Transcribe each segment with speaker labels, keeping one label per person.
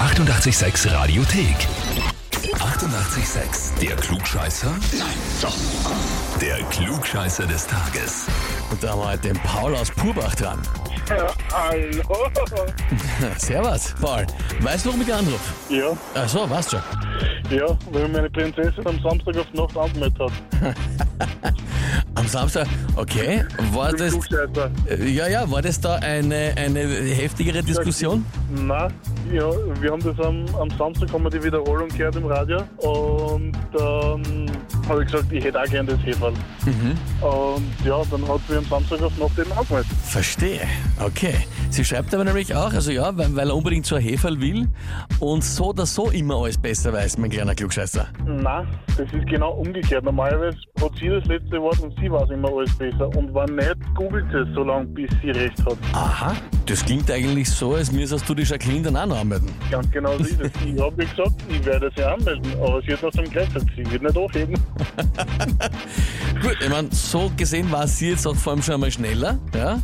Speaker 1: 886 Radiothek. 88,6. Der Klugscheißer? Nein, doch. Der Klugscheißer des Tages.
Speaker 2: Und da haben wir heute den Paul aus Purbach dran.
Speaker 3: Ja, hallo.
Speaker 2: Servus, Paul. Weißt du, warum ich dich anrufe?
Speaker 3: Ja,
Speaker 2: Ach so, weißt schon.
Speaker 3: ja, weil meine Prinzessin am Samstag auf die Nacht angemeldet hat.
Speaker 2: Am Samstag, okay, war
Speaker 3: Im
Speaker 2: das...
Speaker 3: Flugscheißer.
Speaker 2: Ja, ja, war das da eine, eine heftigere Diskussion?
Speaker 3: Nein, ja, wir haben das am, am Samstag haben wir die Wiederholung gehört im Radio und ähm, habe ich gesagt, ich hätte auch gern das Heferl. Und ja, dann hat sie am Samstag auf die Nacht eben angemeldet.
Speaker 2: Verstehe, okay. Sie schreibt aber nämlich auch, also ja, weil, weil er unbedingt zur Heferl will und so oder so immer alles besser weiß, mein kleiner Klugscheißer.
Speaker 3: Nein, das ist genau umgekehrt. Normalerweise hat sie das letzte Wort und sie weiß immer alles besser. Und wenn nicht, googelt sie es so lange, bis sie recht hat.
Speaker 2: Aha, das klingt eigentlich so, als müsstest du die Jacqueline dann auch noch anmelden.
Speaker 3: Ganz genau so ist es. Ich habe ihr gesagt, ich werde sie anmelden, aber sie hat noch zum Gleich gesagt, sie wird nicht aufheben.
Speaker 2: Gut, ich meine, so gesehen war sie jetzt auch vor allem schon einmal schneller. Ja?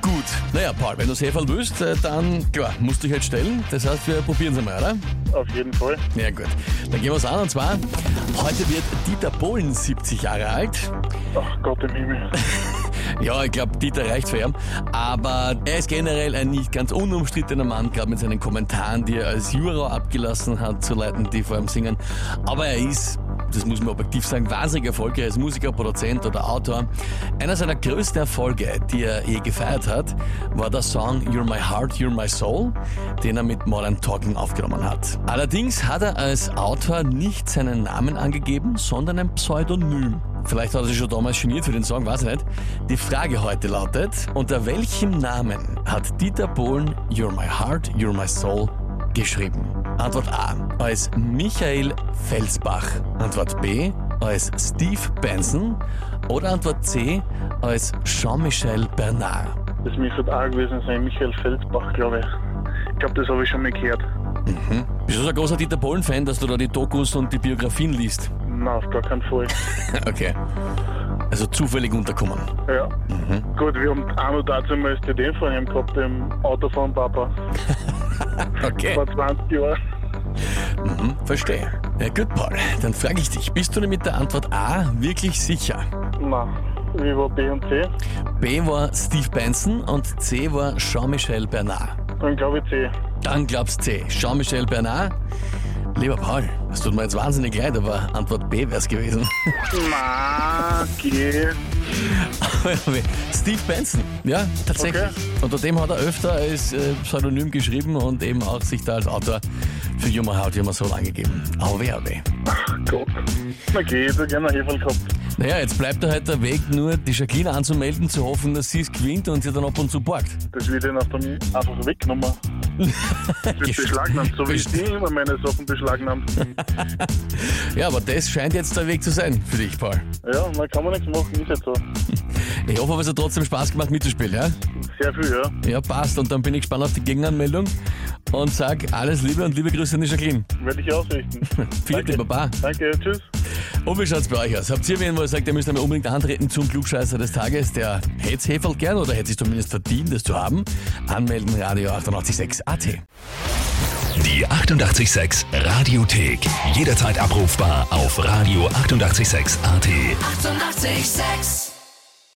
Speaker 2: Gut, naja, Paul, wenn du das Heferl willst, äh, dann klar, musst du dich halt stellen. Das heißt, wir probieren es einmal, oder?
Speaker 3: Auf jeden Fall.
Speaker 2: Ja gut, dann gehen wir es an und zwar, heute wird Dieter Bohlen 70 Jahre alt.
Speaker 3: Ach Gott im Himmel.
Speaker 2: Ja, ich glaube, Dieter reicht für ihn. Aber er ist generell ein nicht ganz unumstrittener Mann, gerade mit seinen Kommentaren, die er als Juror abgelassen hat zu Leuten, die vor allem singen. Aber er ist, das muss man objektiv sagen, wahnsinnig erfolgreich als Musiker, Produzent oder Autor. Einer seiner größten Erfolge, die er je gefeiert hat, war der Song You're My Heart, You're My Soul, den er mit Modern Talking aufgenommen hat. Allerdings hat er als Autor nicht seinen Namen angegeben, sondern ein Pseudonym. Vielleicht hat er sich schon damals geniert für den Song, weiß ich nicht. Die Frage heute lautet, unter welchem Namen hat Dieter Bohlen You're My Heart, You're My Soul geschrieben? Antwort A als Michael Felsbach. Antwort B als Steve Benson. Oder Antwort C als Jean-Michel Bernard.
Speaker 3: Das müsste auch gewesen sein, Michael Feldbach, glaube ich. Ich glaube, das habe ich schon mal gehört.
Speaker 2: Bist du so ein großer Dieter Bohlen-Fan, dass du da die Dokus und die Biografien liest?
Speaker 3: Na, auf gar keinen Fall.
Speaker 2: Okay. Also zufällig unterkommen.
Speaker 3: Ja. Gut, wir haben auch noch dazu mal das CD von ihm gehabt, dem Auto von Papa.
Speaker 2: Okay.
Speaker 3: Vor 20 Jahren.
Speaker 2: Mhm, verstehe. Ja, gut, Paul. Dann frage ich dich, bist du dir mit der Antwort A wirklich sicher?
Speaker 3: Nein. Wie war B und C?
Speaker 2: B war Steve Benson und C war Jean-Michel Bernard.
Speaker 3: Dann glaube ich C.
Speaker 2: Dann glaubst C. Jean-Michel Bernard? Lieber Paul, es tut mir jetzt wahnsinnig leid, aber Antwort B wäre es gewesen.
Speaker 3: Nein, geh.
Speaker 2: Steve Benson, ja, tatsächlich. Unter dem hat er öfter als äh, Pseudonym geschrieben und eben auch sich da als Autor für Humor Haut Humor Soul angegeben. Auwe, auwe.
Speaker 3: Gott. Na geh, ich hätte gerne einen Heferl gehabt.
Speaker 2: Naja, jetzt bleibt da halt der Weg, nur die Jacqueline anzumelden, zu hoffen, dass sie es gewinnt und sie dann ab und zu borgt.
Speaker 3: Das wird ihnen auf der Mi- einfach weggenommen. Das wird
Speaker 2: Gest-
Speaker 3: beschlagnahmt, so wie
Speaker 2: Gest-
Speaker 3: die immer meine Sachen beschlagnahmt.
Speaker 2: Ja, aber das scheint jetzt der Weg zu sein für dich, Paul.
Speaker 3: Ja, man kann man nichts machen, ist jetzt so.
Speaker 2: Ich hoffe, aber es hat trotzdem Spaß gemacht mitzuspielen, ja?
Speaker 3: Sehr viel, ja.
Speaker 2: Ja, passt. Und dann bin ich gespannt auf die Gegenanmeldung und sag alles Liebe und liebe Grüße an die Jacqueline.
Speaker 3: Werde ich ausrichten.
Speaker 2: Vielen
Speaker 3: Danke.
Speaker 2: Dank, Baba.
Speaker 3: Danke, tschüss.
Speaker 2: Und wie schaut's bei euch aus? Habt ihr wen, wo ihr sagt, ihr müsst einmal unbedingt antreten zum Klugscheißer des Tages? Der hätt's Heferl gern oder hätte sich zumindest verdient, das zu haben? Anmelden, Radio 886 AT.
Speaker 1: Die 88,6 Radiothek. Jederzeit abrufbar auf radio886.at. 88,6.
Speaker 4: Eighty-eight, sex.